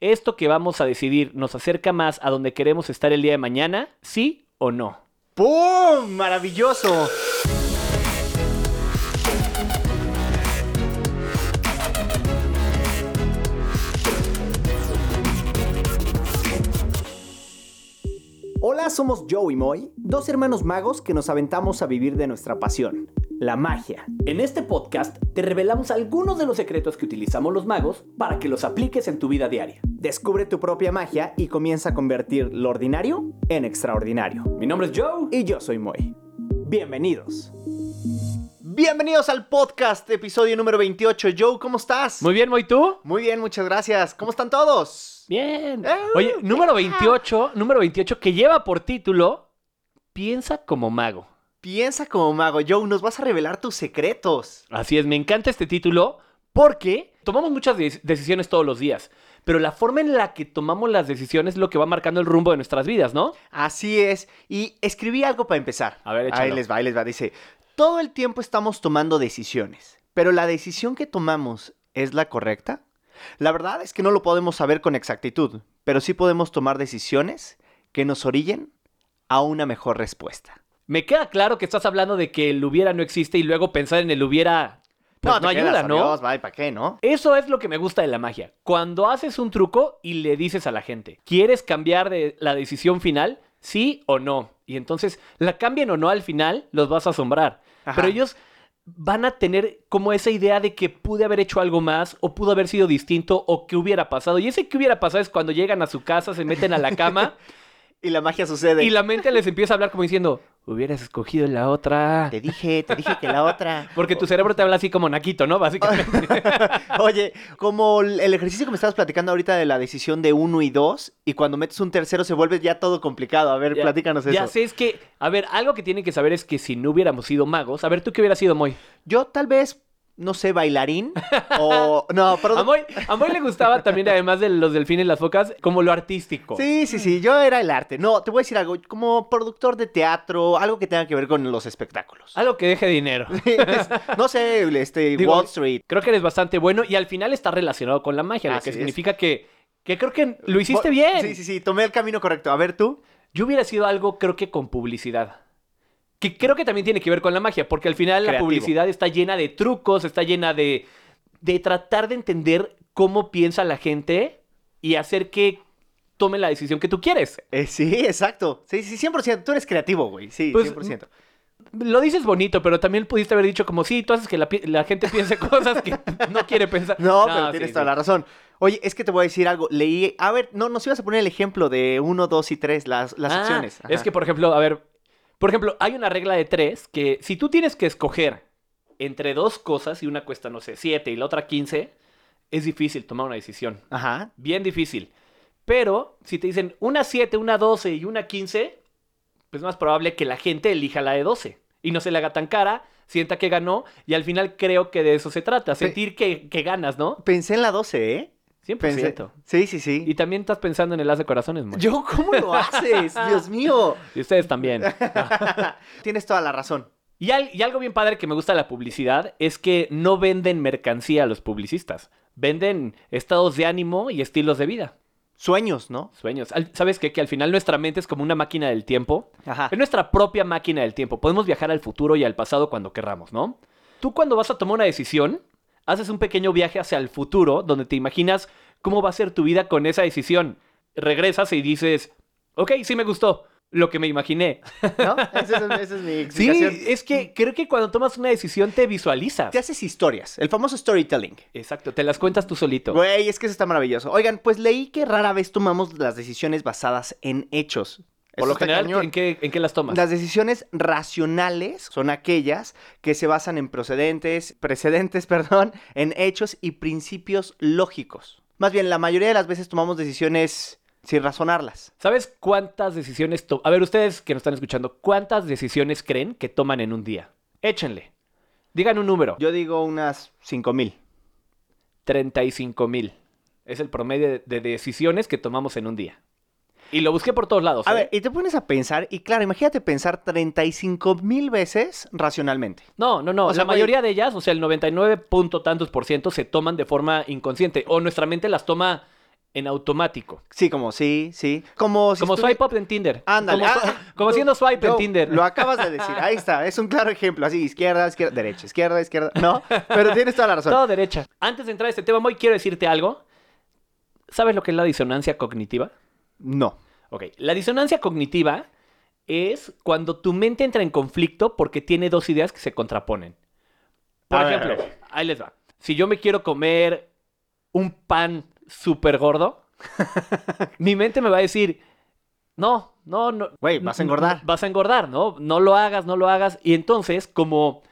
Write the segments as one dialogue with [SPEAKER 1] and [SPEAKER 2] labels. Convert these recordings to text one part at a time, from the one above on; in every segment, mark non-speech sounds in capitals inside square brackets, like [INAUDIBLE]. [SPEAKER 1] ¿Esto que vamos a decidir nos acerca más a donde queremos estar el día de mañana? ¿Sí o no?
[SPEAKER 2] ¡Pum! ¡Maravilloso! Hola, somos Joe y Moy, dos hermanos magos que nos aventamos a vivir de nuestra pasión, la magia.
[SPEAKER 1] En este podcast te revelamos algunos de los secretos que utilizamos los magos para que los apliques en tu vida diaria.
[SPEAKER 2] Descubre tu propia magia y comienza a convertir lo ordinario en extraordinario.
[SPEAKER 1] Mi nombre es Joe.
[SPEAKER 2] Y yo soy Moy. Bienvenidos.
[SPEAKER 3] Bienvenidos al podcast, episodio número 28. Joe, ¿cómo estás?
[SPEAKER 1] Muy bien, Moy, ¿tú?
[SPEAKER 3] Muy bien, muchas gracias. ¿Cómo están todos?
[SPEAKER 1] Bien.
[SPEAKER 3] Ah,
[SPEAKER 1] Oye, número 28, número 28 que lleva por título Piensa como mago.
[SPEAKER 3] Piensa como mago, Joe, nos vas a revelar tus secretos.
[SPEAKER 1] Así es, me encanta este título porque tomamos muchas de- decisiones todos los días, pero la forma en la que tomamos las decisiones es lo que va marcando el rumbo de nuestras vidas, ¿no?
[SPEAKER 3] Así es. Y escribí algo para empezar.
[SPEAKER 1] A ver, échalo.
[SPEAKER 3] Ahí les va, ahí les va. Dice, todo el tiempo estamos tomando decisiones, pero la decisión que tomamos es la correcta. La verdad es que no lo podemos saber con exactitud, pero sí podemos tomar decisiones que nos orillen a una mejor respuesta.
[SPEAKER 1] Me queda claro que estás hablando de que el hubiera no existe y luego pensar en el hubiera pues, no,
[SPEAKER 3] te quedas,
[SPEAKER 1] ayuda, ¿no?
[SPEAKER 3] adiós, bye, ¿para qué, no?
[SPEAKER 1] Eso es lo que me gusta de la magia. Cuando haces un truco y le dices a la gente, ¿quieres cambiar de la decisión final? ¿Sí o no? Y entonces, la cambien o no al final, los vas a asombrar.
[SPEAKER 3] Ajá.
[SPEAKER 1] Pero ellos van a tener como esa idea de que pude haber hecho algo más o pudo haber sido distinto o que hubiera pasado. Y ese que hubiera pasado es cuando llegan a su casa, se meten a la cama
[SPEAKER 3] Y la magia sucede.
[SPEAKER 1] y la mente les empieza a hablar como diciendo, hubieras escogido la otra.
[SPEAKER 3] Te dije, te dije que la otra.
[SPEAKER 1] [LAUGHS] Porque tu cerebro te habla así como naquito, ¿no? Básicamente.
[SPEAKER 3] Oye, como el el ejercicio que me estabas platicando ahorita de la decisión de uno y dos, y cuando metes un tercero se vuelve ya todo complicado. A ver,
[SPEAKER 1] Ya-
[SPEAKER 3] platícanos eso.
[SPEAKER 1] Ya sé, es que, a ver, algo que tienen que saber es que si no hubiéramos sido magos, a ver, ¿tú qué hubieras sido, Moy?
[SPEAKER 3] Yo tal vez, no sé, bailarín o... No,
[SPEAKER 1] A
[SPEAKER 3] perdón.
[SPEAKER 1] Moy, a Moy le gustaba también, además de los delfines y las focas, como lo artístico.
[SPEAKER 3] Sí, sí, sí, yo era el arte. No, te voy a decir algo, como productor de teatro, algo que tenga que ver con los espectáculos. [LAUGHS]
[SPEAKER 1] Algo que deje dinero.
[SPEAKER 3] no sé, este,
[SPEAKER 1] Ah. [LAUGHS] Digo,
[SPEAKER 3] Wall Street.
[SPEAKER 1] Creo que eres bastante bueno y al final está relacionado con la magia, lo
[SPEAKER 3] Así
[SPEAKER 1] que
[SPEAKER 3] es.
[SPEAKER 1] significa que, que creo que lo hiciste
[SPEAKER 3] Bo-
[SPEAKER 1] bien.
[SPEAKER 3] Sí, sí, sí, tomé el camino correcto. A ver, tú.
[SPEAKER 1] Yo hubiera sido algo, creo que con publicidad. Que creo que también tiene que ver con la magia, porque al final la
[SPEAKER 3] Creativo.
[SPEAKER 1] publicidad está llena de trucos, está llena de, de tratar de entender cómo piensa la gente y hacer que tome la decisión que tú quieres.
[SPEAKER 3] Eh, sí, exacto. Sí, sí, 100%. Tú eres creativo, güey. Sí,
[SPEAKER 1] Pues,
[SPEAKER 3] 100%.
[SPEAKER 1] Lo dices bonito, pero también pudiste haber dicho como, sí, tú haces que la, pi- la gente piense [LAUGHS] cosas que no quiere pensar.
[SPEAKER 3] No, pero tienes
[SPEAKER 1] sí,
[SPEAKER 3] toda
[SPEAKER 1] sí.
[SPEAKER 3] la razón. Oye, es que te voy a decir algo. Leí. A ver, no, nos ibas a poner el ejemplo de 1, 2 y 3, las, las
[SPEAKER 1] Ah,
[SPEAKER 3] opciones.
[SPEAKER 1] Es
[SPEAKER 3] Ajá.
[SPEAKER 1] que, por ejemplo, a ver, por ejemplo, hay una regla de tres que si tú tienes que escoger entre dos cosas y una cuesta, no sé, siete y la otra quince, es difícil tomar una decisión.
[SPEAKER 3] Ajá.
[SPEAKER 1] Bien difícil. Pero si te dicen una siete, una doce y una quince, pues es más probable que la gente elija la de doce y no se le haga tan cara, sienta que ganó y al final creo que de eso se trata, sentir que, que ganas, ¿no?
[SPEAKER 3] Pensé en la 12, ¿eh?
[SPEAKER 1] 100%.
[SPEAKER 3] Pensé. Sí, sí, sí.
[SPEAKER 1] Y también estás pensando en el haz de corazones, Moy.
[SPEAKER 3] Yo, ¿cómo lo
[SPEAKER 1] [LAUGHS]
[SPEAKER 3] haces? Dios mío.
[SPEAKER 1] Y ustedes también.
[SPEAKER 3] Tienes toda la razón.
[SPEAKER 1] Y, al- y algo bien padre que me gusta de la publicidad es que no venden mercancía a los publicistas. Venden estados de ánimo y estilos de vida,
[SPEAKER 3] Sueños, ¿no?
[SPEAKER 1] sueños. Al- ¿Sabes qué? Que al final nuestra mente es como una máquina del tiempo.
[SPEAKER 3] Ajá.
[SPEAKER 1] Es nuestra propia máquina del tiempo. Podemos viajar al futuro y al pasado cuando querramos, ¿no? Tú cuando vas a tomar una decisión, haces un pequeño viaje hacia el futuro donde te imaginas cómo va a ser tu vida con esa decisión. Regresas y dices, ok, sí me gustó lo que me imaginé. [LAUGHS]
[SPEAKER 3] ¿No? Esa es, esa es mi
[SPEAKER 1] Sí,
[SPEAKER 3] explicación.
[SPEAKER 1] es que creo que cuando tomas una decisión te visualizas.
[SPEAKER 3] Te haces historias, el famoso storytelling.
[SPEAKER 1] Exacto, te las cuentas tú solito.
[SPEAKER 3] Güey, es que eso está maravilloso. Oigan, pues leí que rara vez tomamos las decisiones basadas en hechos. Eso
[SPEAKER 1] Por lo
[SPEAKER 3] está
[SPEAKER 1] general,
[SPEAKER 3] cañón.
[SPEAKER 1] ¿en qué, ¿en qué las tomas?
[SPEAKER 3] Las decisiones racionales son aquellas que se basan en procedentes, precedentes, [LAUGHS] perdón, en hechos y principios lógicos. Más bien, la mayoría de las veces tomamos decisiones sin razonarlas.
[SPEAKER 1] ¿Sabes cuántas decisiones... to- A ver, ustedes que nos están escuchando, ¿cuántas decisiones creen que toman en un día? Échenle. Digan un número.
[SPEAKER 3] Yo digo unas 5000.
[SPEAKER 1] 35 mil. Es el promedio de- de decisiones que tomamos en un día. Y lo busqué por todos lados.
[SPEAKER 3] A
[SPEAKER 1] ¿eh?
[SPEAKER 3] ver, y te pones a pensar, y claro, imagínate pensar 35 mil veces racionalmente.
[SPEAKER 1] No, no, no.
[SPEAKER 3] o
[SPEAKER 1] la
[SPEAKER 3] sea, güey-
[SPEAKER 1] mayoría de ellas, o sea, el 99 punto tantos por ciento, se toman de forma inconsciente. O nuestra mente las toma en automático.
[SPEAKER 3] Sí, como sí, sí. Como si
[SPEAKER 1] como
[SPEAKER 3] estuvi-
[SPEAKER 1] swipe up en Tinder.
[SPEAKER 3] Ándale.
[SPEAKER 1] Como,
[SPEAKER 3] ah,
[SPEAKER 1] swi- como haciendo swipe en
[SPEAKER 3] Joe,
[SPEAKER 1] Tinder.
[SPEAKER 3] Lo acabas de decir. Ahí está. Es un claro ejemplo. Así, izquierda, izquierda, derecha, izquierda, izquierda.
[SPEAKER 1] [LAUGHS]
[SPEAKER 3] No, pero tienes toda la razón.
[SPEAKER 1] Todo derecha. Antes de entrar a este tema, Moy, quiero decirte algo. ¿Sabes lo que es la disonancia cognitiva?
[SPEAKER 3] No.
[SPEAKER 1] Ok, la disonancia cognitiva es cuando tu mente entra en conflicto porque tiene dos ideas que se contraponen. Por
[SPEAKER 3] A ver,
[SPEAKER 1] ejemplo,
[SPEAKER 3] a ver.
[SPEAKER 1] ahí les va. Si yo me quiero comer un pan súper gordo, [LAUGHS] mi mente me va a decir, no, no, no.
[SPEAKER 3] Güey, vas a engordar.
[SPEAKER 1] [LAUGHS] Vas a engordar, ¿no? No lo hagas, no lo hagas. Y entonces, como,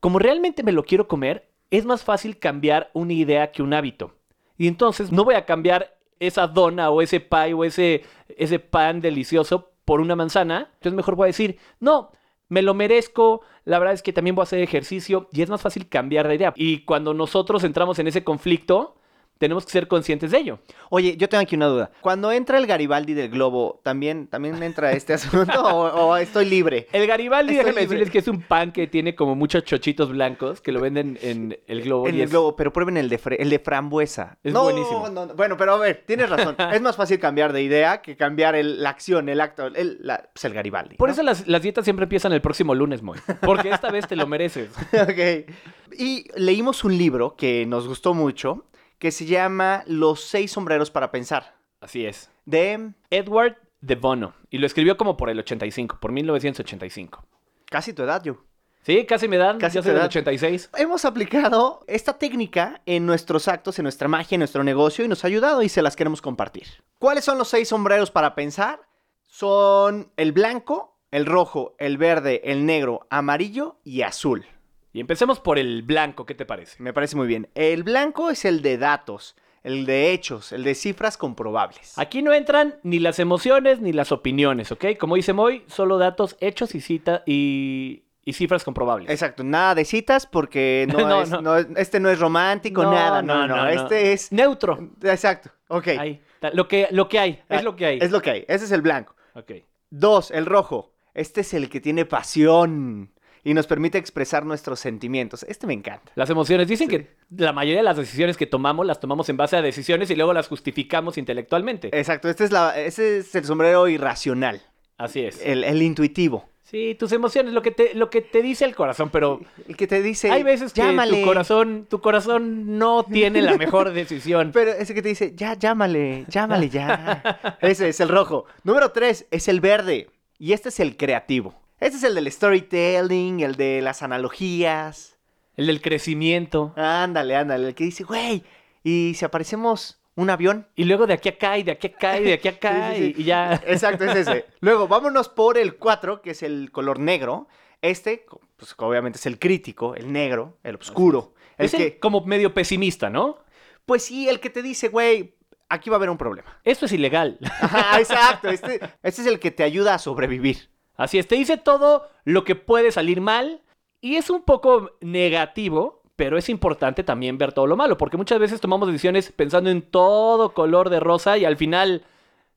[SPEAKER 1] como realmente me lo quiero comer, es más fácil cambiar una idea que un hábito. Y entonces no voy a cambiar esa dona o ese pie o ese, ese pan delicioso por una manzana. Entonces mejor voy a decir, no, me lo merezco, la verdad es que también voy a hacer ejercicio y es más fácil cambiar de idea. Y cuando nosotros entramos en ese conflicto, tenemos que ser conscientes de ello.
[SPEAKER 3] Oye, yo tengo aquí una duda. Cuando entra el Garibaldi del globo, ¿también, también entra este [LAUGHS] asunto o, o estoy libre?
[SPEAKER 1] El Garibaldi,
[SPEAKER 3] Estoy
[SPEAKER 1] déjenme
[SPEAKER 3] libre.
[SPEAKER 1] decirles que es un pan que tiene como muchos chochitos blancos que lo venden en el globo.
[SPEAKER 3] En
[SPEAKER 1] y
[SPEAKER 3] el
[SPEAKER 1] es-
[SPEAKER 3] globo, pero prueben el de, fre- el de frambuesa.
[SPEAKER 1] Es
[SPEAKER 3] no,
[SPEAKER 1] buenísimo.
[SPEAKER 3] No, no. Bueno, pero a ver,
[SPEAKER 1] [LAUGHS]
[SPEAKER 3] tienes razón. es más fácil cambiar de idea que cambiar el- la acción, el acto, el, la- pues el Garibaldi.
[SPEAKER 1] Por
[SPEAKER 3] ¿no?
[SPEAKER 1] eso las, las dietas siempre empiezan el próximo lunes, Moy. Porque esta vez te lo
[SPEAKER 3] [LAUGHS]
[SPEAKER 1] mereces.
[SPEAKER 3] [LAUGHS] Ok. Y leímos un libro que nos gustó mucho, que se llama Los seis sombreros para pensar,
[SPEAKER 1] Así es.
[SPEAKER 3] de
[SPEAKER 1] Edward de Bono. Y lo escribió como por el 85, por 1985.
[SPEAKER 3] casi tu edad, yo.
[SPEAKER 1] Sí, casi me dan. Casi
[SPEAKER 3] Casi
[SPEAKER 1] yo
[SPEAKER 3] te
[SPEAKER 1] soy del
[SPEAKER 3] dan.
[SPEAKER 1] 86.
[SPEAKER 3] Hemos aplicado esta técnica en nuestros actos, en nuestra magia, en nuestro negocio y nos ha ayudado y se las queremos compartir. ¿Cuáles son los seis sombreros para pensar? Son el blanco, el rojo, el verde, el negro, amarillo y azul.
[SPEAKER 1] Y empecemos por el blanco, ¿qué te parece?
[SPEAKER 3] Me parece muy bien. El blanco es el de datos, el de hechos, el de cifras comprobables.
[SPEAKER 1] Aquí no entran ni las emociones ni las opiniones, ¿ok? Como dice Moy, solo datos, hechos y, cita y, y cifras comprobables.
[SPEAKER 3] Exacto, nada de citas [LAUGHS] porque no,
[SPEAKER 1] No,
[SPEAKER 3] es,
[SPEAKER 1] no.
[SPEAKER 3] no es- este no es romántico, nada, no, no, este es...
[SPEAKER 1] Neutro.
[SPEAKER 3] Exacto, ok. Ah,
[SPEAKER 1] Ahí. Ta- Lo que, lo que hay, es lo que hay.
[SPEAKER 3] Es lo que hay, ese es el blanco.
[SPEAKER 1] Ok.
[SPEAKER 3] Dos, el rojo. Este es el que tiene pasión y nos permite expresar nuestros sentimientos. Este me encanta.
[SPEAKER 1] Las emociones. Dicen que la mayoría de las decisiones que tomamos las tomamos en base a decisiones y luego las justificamos intelectualmente.
[SPEAKER 3] Exacto, este es la, ese es el sombrero irracional,
[SPEAKER 1] Así es.
[SPEAKER 3] el, el intuitivo,
[SPEAKER 1] Sí, tus emociones, lo que te, lo que te dice el corazón, pero
[SPEAKER 3] el que te dice...
[SPEAKER 1] hay veces que
[SPEAKER 3] "Llámale".
[SPEAKER 1] tu corazón, tu corazón no tiene la mejor
[SPEAKER 3] [LAUGHS]
[SPEAKER 1] decisión.
[SPEAKER 3] Pero ese que te dice, ya, llámale,
[SPEAKER 1] [LAUGHS]
[SPEAKER 3] llámale ya. Ese es el rojo. Número tres es el verde. Y este es el creativo. Este es el del storytelling, el de las analogías.
[SPEAKER 1] El del crecimiento.
[SPEAKER 3] Ándale, ándale. El que dice, güey, ¿y si aparecemos un avión?
[SPEAKER 1] Y luego de aquí acá y de aquí acá y de aquí acá
[SPEAKER 3] Sí, sí, sí.
[SPEAKER 1] y- y ya.
[SPEAKER 3] Exacto, es
[SPEAKER 1] [LAUGHS]
[SPEAKER 3] ese. Luego, vámonos por el 4, que es el color negro. Este, pues obviamente es el crítico, el negro, el oscuro. El
[SPEAKER 1] Es Pues el-
[SPEAKER 3] que,
[SPEAKER 1] como medio pesimista, ¿no?
[SPEAKER 3] pues sí, el que te dice, güey, aquí va a haber un problema. [LAUGHS]
[SPEAKER 1] Esto es ilegal.
[SPEAKER 3] Ajá, exacto. Este, este es el que te ayuda a sobrevivir.
[SPEAKER 1] Así es, te dice todo lo que puede salir mal y es un poco negativo, pero es importante también ver todo lo malo, porque muchas veces tomamos decisiones pensando en todo color de rosa y al final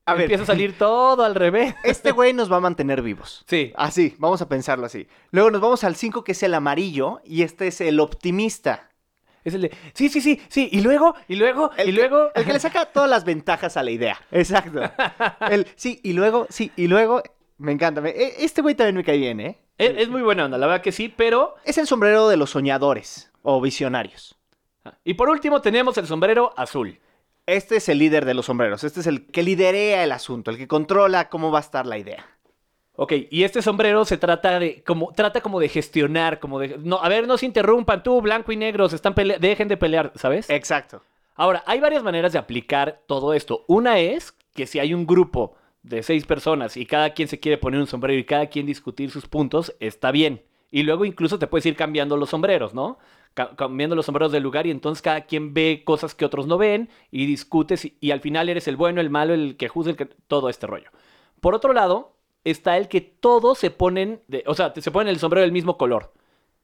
[SPEAKER 3] A ver.
[SPEAKER 1] empieza a salir todo al revés.
[SPEAKER 3] [LAUGHS] Este güey nos va a mantener vivos.
[SPEAKER 1] Sí,
[SPEAKER 3] Así, vamos a pensarlo así. Luego nos vamos al 5, que es el amarillo, y este es el optimista.
[SPEAKER 1] es el de, sí, sí, sí, sí, y luego, y luego,
[SPEAKER 3] El
[SPEAKER 1] y
[SPEAKER 3] que-
[SPEAKER 1] luego...
[SPEAKER 3] El que le saca todas las ventajas a la idea. Exacto. El sí, y luego, sí, y luego, me encanta. me- e- este güey también me cae bien, ¿eh?
[SPEAKER 1] Es, es muy buena onda, la verdad que sí, pero...
[SPEAKER 3] Es el sombrero de los soñadores o visionarios.
[SPEAKER 1] Y por último tenemos el sombrero azul.
[SPEAKER 3] Este es el líder de los sombreros. Este es el que liderea el asunto, el que controla cómo va a estar la idea.
[SPEAKER 1] Ok, y este sombrero se trata de como trata como de gestionar, como de no, a ver, no se interrumpan, tú blanco y negro, se están pele- dejen de pelear, ¿sabes?
[SPEAKER 3] Exacto.
[SPEAKER 1] Ahora, hay varias maneras de aplicar todo esto. Una es que si hay un grupo de seis personas y cada quien se quiere poner un sombrero y cada quien discutir sus puntos, está bien. Y luego incluso te puedes ir cambiando los sombreros, ¿no? Ca- cambiando los sombreros del lugar y entonces cada quien ve cosas que otros no ven y discutes y, y al final eres el bueno, el malo, el que juzga, el que... todo este rollo. Por otro lado, está el que todos se ponen, de- o sea, se ponen el sombrero del mismo color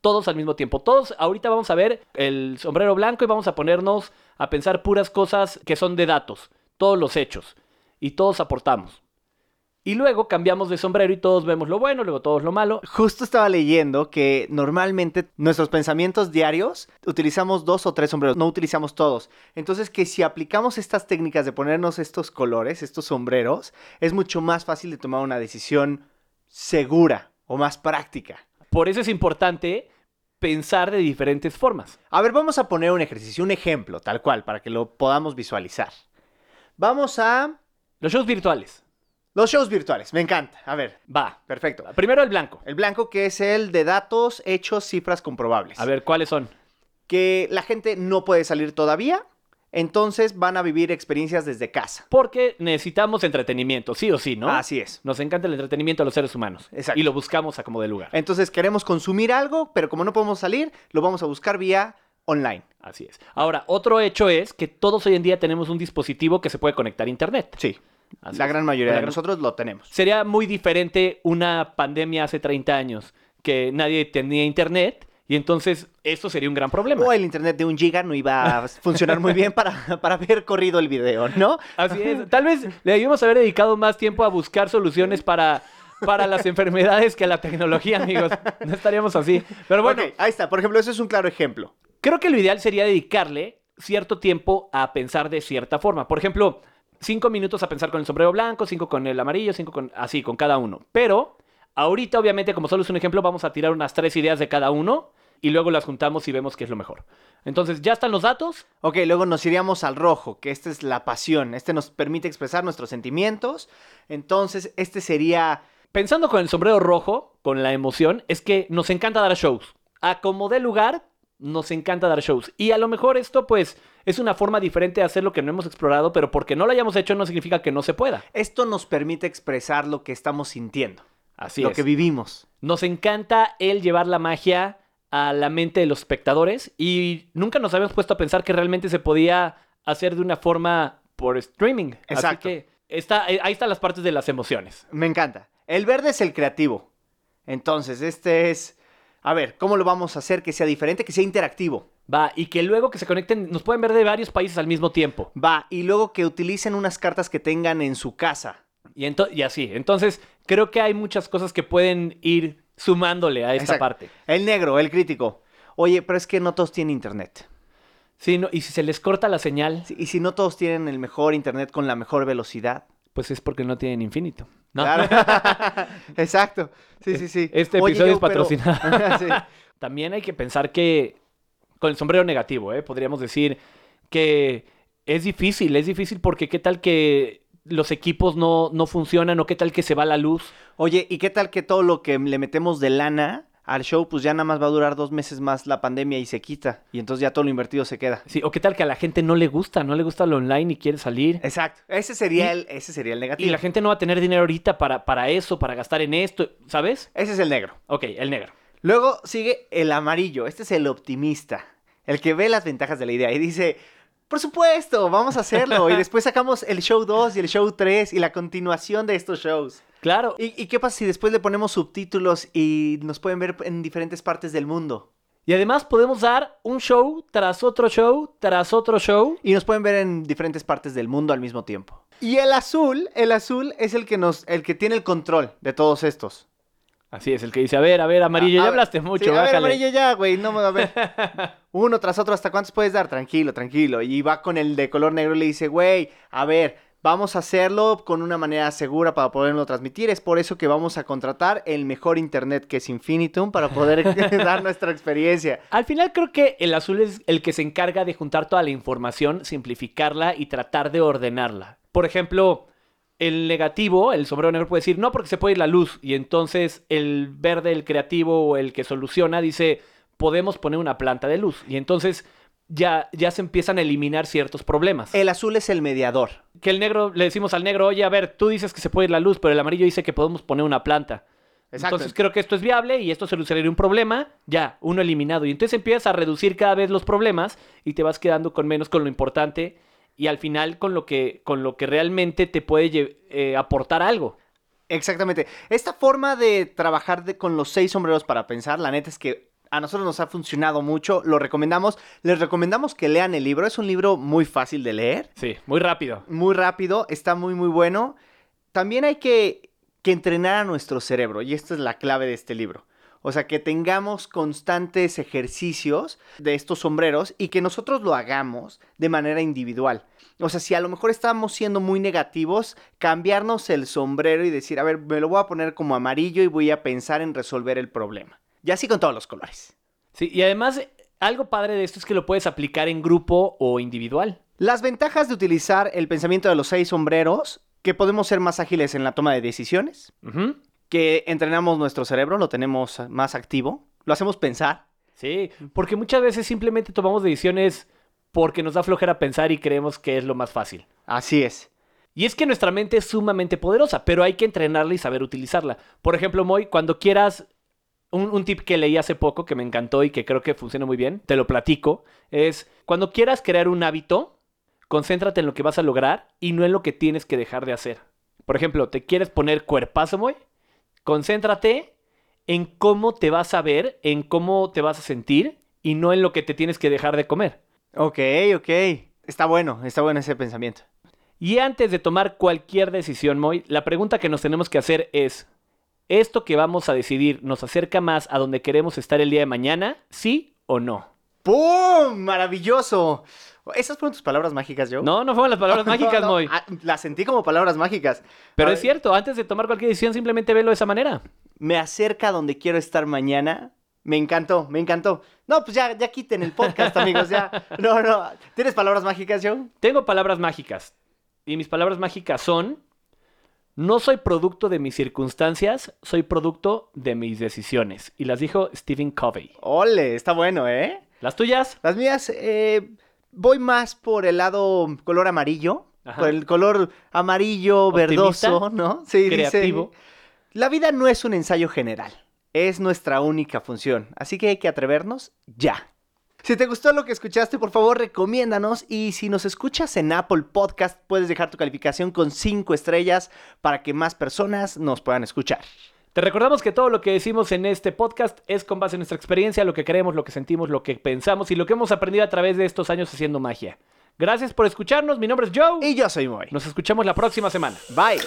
[SPEAKER 1] todos al mismo tiempo. Todos, ahorita vamos a ver el sombrero blanco y vamos a ponernos a pensar puras cosas que son de datos, todos los hechos, y todos aportamos. Y luego cambiamos de sombrero y todos vemos lo bueno, luego todos lo malo.
[SPEAKER 3] Justo estaba leyendo que normalmente nuestros pensamientos diarios utilizamos dos o tres sombreros, no utilizamos todos. Entonces que si aplicamos estas técnicas de ponernos estos colores, estos sombreros, es mucho más fácil de tomar una decisión segura o más práctica.
[SPEAKER 1] Por eso es importante pensar de diferentes formas.
[SPEAKER 3] A ver, vamos a poner un ejercicio, un ejemplo, tal cual, para que lo podamos visualizar. Vamos a
[SPEAKER 1] Los shows virtuales.
[SPEAKER 3] los shows virtuales, me encanta. A ver,
[SPEAKER 1] Va.
[SPEAKER 3] perfecto.
[SPEAKER 1] Primero el blanco.
[SPEAKER 3] El blanco que es el de datos, hechos, cifras comprobables.
[SPEAKER 1] A ver, ¿cuáles son?
[SPEAKER 3] que la gente no puede salir todavía, entonces van a vivir experiencias desde casa.
[SPEAKER 1] Porque necesitamos entretenimiento, sí o sí, ¿no?
[SPEAKER 3] Así es.
[SPEAKER 1] Nos encanta el entretenimiento a los seres humanos.
[SPEAKER 3] Ah, Exacto.
[SPEAKER 1] Y lo buscamos a como de lugar.
[SPEAKER 3] Entonces queremos consumir algo, pero como no podemos salir, lo vamos a buscar vía online.
[SPEAKER 1] Así es. Ahora, otro hecho es que todos hoy en día tenemos un dispositivo que se puede conectar a Internet.
[SPEAKER 3] Sí.
[SPEAKER 1] Así
[SPEAKER 3] la
[SPEAKER 1] es.
[SPEAKER 3] gran
[SPEAKER 1] La
[SPEAKER 3] mayoría de
[SPEAKER 1] gran-
[SPEAKER 3] nosotros lo tenemos.
[SPEAKER 1] Sería muy diferente una pandemia hace 30 años que nadie tenía Internet y entonces esto sería un gran problema.
[SPEAKER 3] O el internet de un giga no iba a funcionar muy bien para, [LAUGHS] para haber corrido el video, ¿no?
[SPEAKER 1] Así es. Tal vez le debimos haber dedicado más tiempo a buscar soluciones para, para las enfermedades que a la tecnología, amigos. No estaríamos así. Pero bueno,
[SPEAKER 3] Ok, ahí está. Por ejemplo, eso es un claro ejemplo.
[SPEAKER 1] creo que lo ideal sería dedicarle cierto tiempo a pensar de cierta forma. Por ejemplo, cinco minutos a pensar con el sombrero blanco, cinco con el amarillo, cinco con. así, con cada uno. Pero ahorita, obviamente, como solo es un ejemplo, vamos a tirar unas tres ideas de cada uno y luego las juntamos y vemos qué es lo mejor. Entonces, ya están los datos.
[SPEAKER 3] Ok, luego nos iríamos al rojo, que esta es la pasión. Este nos permite expresar nuestros sentimientos. Entonces, este sería
[SPEAKER 1] Pensando con el sombrero rojo, con la emoción, es que nos encanta dar shows. A como dé lugar, nos encanta dar shows. Y a lo mejor esto, pues, es una forma diferente de hacer lo que no hemos explorado, pero porque no lo hayamos hecho no significa que no se pueda.
[SPEAKER 3] Esto nos permite expresar lo que estamos sintiendo,
[SPEAKER 1] Así
[SPEAKER 3] lo
[SPEAKER 1] es.
[SPEAKER 3] que vivimos.
[SPEAKER 1] Nos encanta el llevar la magia a la mente de los espectadores y nunca nos habíamos puesto a pensar que realmente se podía hacer de una forma por streaming. Así
[SPEAKER 3] Exacto.
[SPEAKER 1] que está, eh, ahí están las partes de las emociones.
[SPEAKER 3] Me encanta. El verde es el creativo. Entonces, este es... A ver, ¿cómo lo vamos a hacer que sea diferente, que sea interactivo?
[SPEAKER 1] Va, y que luego que se conecten, nos pueden ver de varios países al mismo tiempo.
[SPEAKER 3] Va, y luego que utilicen unas cartas que tengan en su casa.
[SPEAKER 1] Y, ento- y así. Entonces, creo que hay muchas cosas que pueden ir sumándole a esta
[SPEAKER 3] Exacto.
[SPEAKER 1] parte.
[SPEAKER 3] El negro, el crítico. Oye, pero es que no todos tienen internet.
[SPEAKER 1] Sí, no- y si se les corta la señal,
[SPEAKER 3] Sí, Y si no todos tienen el mejor internet con la mejor velocidad.
[SPEAKER 1] pues es porque no tienen infinito. ¿no?
[SPEAKER 3] Claro. [LAUGHS] Exacto. Sí, sí, sí.
[SPEAKER 1] Este
[SPEAKER 3] Oye,
[SPEAKER 1] episodio es
[SPEAKER 3] Joe, pero-
[SPEAKER 1] patrocinado.
[SPEAKER 3] [LAUGHS] Sí.
[SPEAKER 1] También hay que pensar que, con el sombrero negativo, ¿eh? podríamos decir que es difícil, es difícil porque qué tal que los equipos no, no funcionan o qué tal que se va la luz.
[SPEAKER 3] Oye, ¿y qué tal que todo lo que le metemos de lana al show, pues ya nada más va a durar dos meses más la pandemia y se quita? Y entonces ya todo lo invertido se queda.
[SPEAKER 1] Sí, o qué tal que a la gente no le gusta, no le gusta lo online y quiere salir.
[SPEAKER 3] Exacto. Ese sería el, ese sería el negativo.
[SPEAKER 1] Y la gente no va a tener dinero ahorita para, para eso, para gastar en esto, ¿sabes?
[SPEAKER 3] Ese es el negro.
[SPEAKER 1] Ok, el negro.
[SPEAKER 3] Luego sigue el amarillo. Este es el optimista. El que ve las ventajas de la idea y dice, por supuesto, vamos a hacerlo. y después sacamos el show 2 y el show 3 y la continuación de estos shows.
[SPEAKER 1] Claro,
[SPEAKER 3] ¿Y, y qué pasa si después le ponemos subtítulos y nos pueden ver en diferentes partes del mundo?
[SPEAKER 1] Y además podemos dar un show tras otro show tras otro show.
[SPEAKER 3] y nos pueden ver en diferentes partes del mundo al mismo tiempo. Y el azul, el azul es el que nos, el que tiene el control de todos estos.
[SPEAKER 1] Así es, el que dice, a ver, a ver, amarillo,
[SPEAKER 3] A-
[SPEAKER 1] ya
[SPEAKER 3] a-
[SPEAKER 1] hablaste
[SPEAKER 3] sí,
[SPEAKER 1] mucho,
[SPEAKER 3] a ver,
[SPEAKER 1] bájale.
[SPEAKER 3] amarillo ya, güey, no,
[SPEAKER 1] [LAUGHS]
[SPEAKER 3] a ver. Uno tras otro, ¿hasta cuántos puedes dar? Tranquilo, tranquilo. Y va con el de color negro y le dice, güey, a ver, vamos a hacerlo con una manera segura para poderlo transmitir. Es por eso que vamos a contratar el mejor internet que es Infinitum para poder [LAUGHS] dar nuestra experiencia.
[SPEAKER 1] Al final creo que el azul es el que se encarga de juntar toda la información, simplificarla y tratar de ordenarla. Por ejemplo, el negativo, el sombrero negro puede decir, no, porque se puede ir la luz. Y entonces el verde, el creativo o el que soluciona, dice, podemos poner una planta de luz. Y entonces ya, ya se empiezan a eliminar ciertos problemas.
[SPEAKER 3] El azul es el mediador.
[SPEAKER 1] Que el negro, le decimos al negro, oye, a ver, tú dices que se puede ir la luz, pero el amarillo dice que podemos poner una planta.
[SPEAKER 3] Exacto.
[SPEAKER 1] Entonces creo que esto es viable y esto solucionaría un problema, ya, uno eliminado. Y entonces empiezas a reducir cada vez los problemas y te vas quedando con menos con lo importante y al final con lo que, con lo que realmente te puede lle- eh, aportar algo.
[SPEAKER 3] Exactamente. Esta forma de trabajar de- con los seis sombreros para pensar, la neta es que a nosotros nos ha funcionado mucho, lo recomendamos, les recomendamos que lean el libro, es un libro muy fácil de leer,
[SPEAKER 1] Sí, muy rápido.
[SPEAKER 3] muy rápido, está muy muy bueno. También hay que que entrenara nuestro cerebro, y esta es la clave de este libro. O sea, que tengamos constantes ejercicios de estos sombreros y que nosotros lo hagamos de manera individual. O sea, si a lo mejor estamos siendo muy negativos, cambiarnos el sombrero y decir, a ver, me lo voy a poner como amarillo y voy a pensar en resolver el problema. Y así con todos los colores.
[SPEAKER 1] Sí, y además, algo padre de esto es que lo puedes aplicar en grupo o individual.
[SPEAKER 3] Las ventajas de utilizar el pensamiento de los seis sombreros, que podemos ser más ágiles en la toma de decisiones,
[SPEAKER 1] Ujú.
[SPEAKER 3] que entrenamos nuestro cerebro, lo tenemos más activo, lo hacemos pensar.
[SPEAKER 1] Sí, porque muchas veces simplemente tomamos decisiones porque nos da flojera pensar y creemos que es lo más fácil.
[SPEAKER 3] Así es.
[SPEAKER 1] Y es que nuestra mente es sumamente poderosa, pero hay que entrenarla y saber utilizarla. Por ejemplo, Moy, cuando quieras, un, un tip que leí hace poco que me encantó y que creo que funciona muy bien, te lo platico, es cuando quieras crear un hábito, concéntrate en lo que vas a lograr y no en lo que tienes que dejar de hacer. Por ejemplo, te quieres poner cuerpazo, Moy, concéntrate en cómo te vas a ver, en cómo te vas a sentir y no en lo que te tienes que dejar de comer.
[SPEAKER 3] Ok, ok. Está bueno, está bueno ese pensamiento.
[SPEAKER 1] Y antes de tomar cualquier decisión, Moy, la pregunta que nos tenemos que hacer es, ¿esto que vamos a decidir nos acerca más a donde queremos estar el día de mañana? ¿Sí o no?
[SPEAKER 3] ¡Pum! ¡Maravilloso! ¿Esas fueron tus palabras mágicas, yo? [LAUGHS]
[SPEAKER 1] No, [LAUGHS] no fueron las palabras mágicas, Moy.
[SPEAKER 3] Ah, Las sentí como palabras mágicas.
[SPEAKER 1] Pero
[SPEAKER 3] A
[SPEAKER 1] es
[SPEAKER 3] ver,
[SPEAKER 1] cierto, antes de tomar cualquier decisión simplemente velo de esa manera.
[SPEAKER 3] Me acerca a donde quiero estar mañana. Me encantó, me encantó. No, pues ya, ya quiten el podcast, amigos.
[SPEAKER 1] [LAUGHS]
[SPEAKER 3] Ya. No, no. ¿Tienes palabras mágicas, yo?
[SPEAKER 1] Tengo palabras mágicas. Y mis palabras mágicas son, no soy producto de mis circunstancias, soy producto de mis decisiones. Y las dijo Stephen Covey.
[SPEAKER 3] Ole, está bueno, ¿eh?
[SPEAKER 1] ¿Las tuyas?
[SPEAKER 3] Las mías, eh, voy más por el lado color amarillo.
[SPEAKER 1] Ajá.
[SPEAKER 3] Por el color amarillo,
[SPEAKER 1] Optimista,
[SPEAKER 3] verdoso, ¿no? Sí, dice,
[SPEAKER 1] creativo.
[SPEAKER 3] la vida no es un ensayo general. Es nuestra única función. Así que hay que atrevernos ya. Si te gustó lo que escuchaste, por favor, recomiéndanos. Y si nos escuchas en Apple Podcast, puedes dejar tu calificación con 5 estrellas para que más personas nos puedan escuchar.
[SPEAKER 1] Te recordamos que todo lo que decimos en este podcast es con base en nuestra experiencia, lo que creemos, lo que sentimos, lo que pensamos y lo que hemos aprendido a través de estos años haciendo magia. Gracias por escucharnos, mi nombre es Joe.
[SPEAKER 3] Y yo soy Moy.
[SPEAKER 1] Nos escuchamos la próxima semana.
[SPEAKER 3] Bye.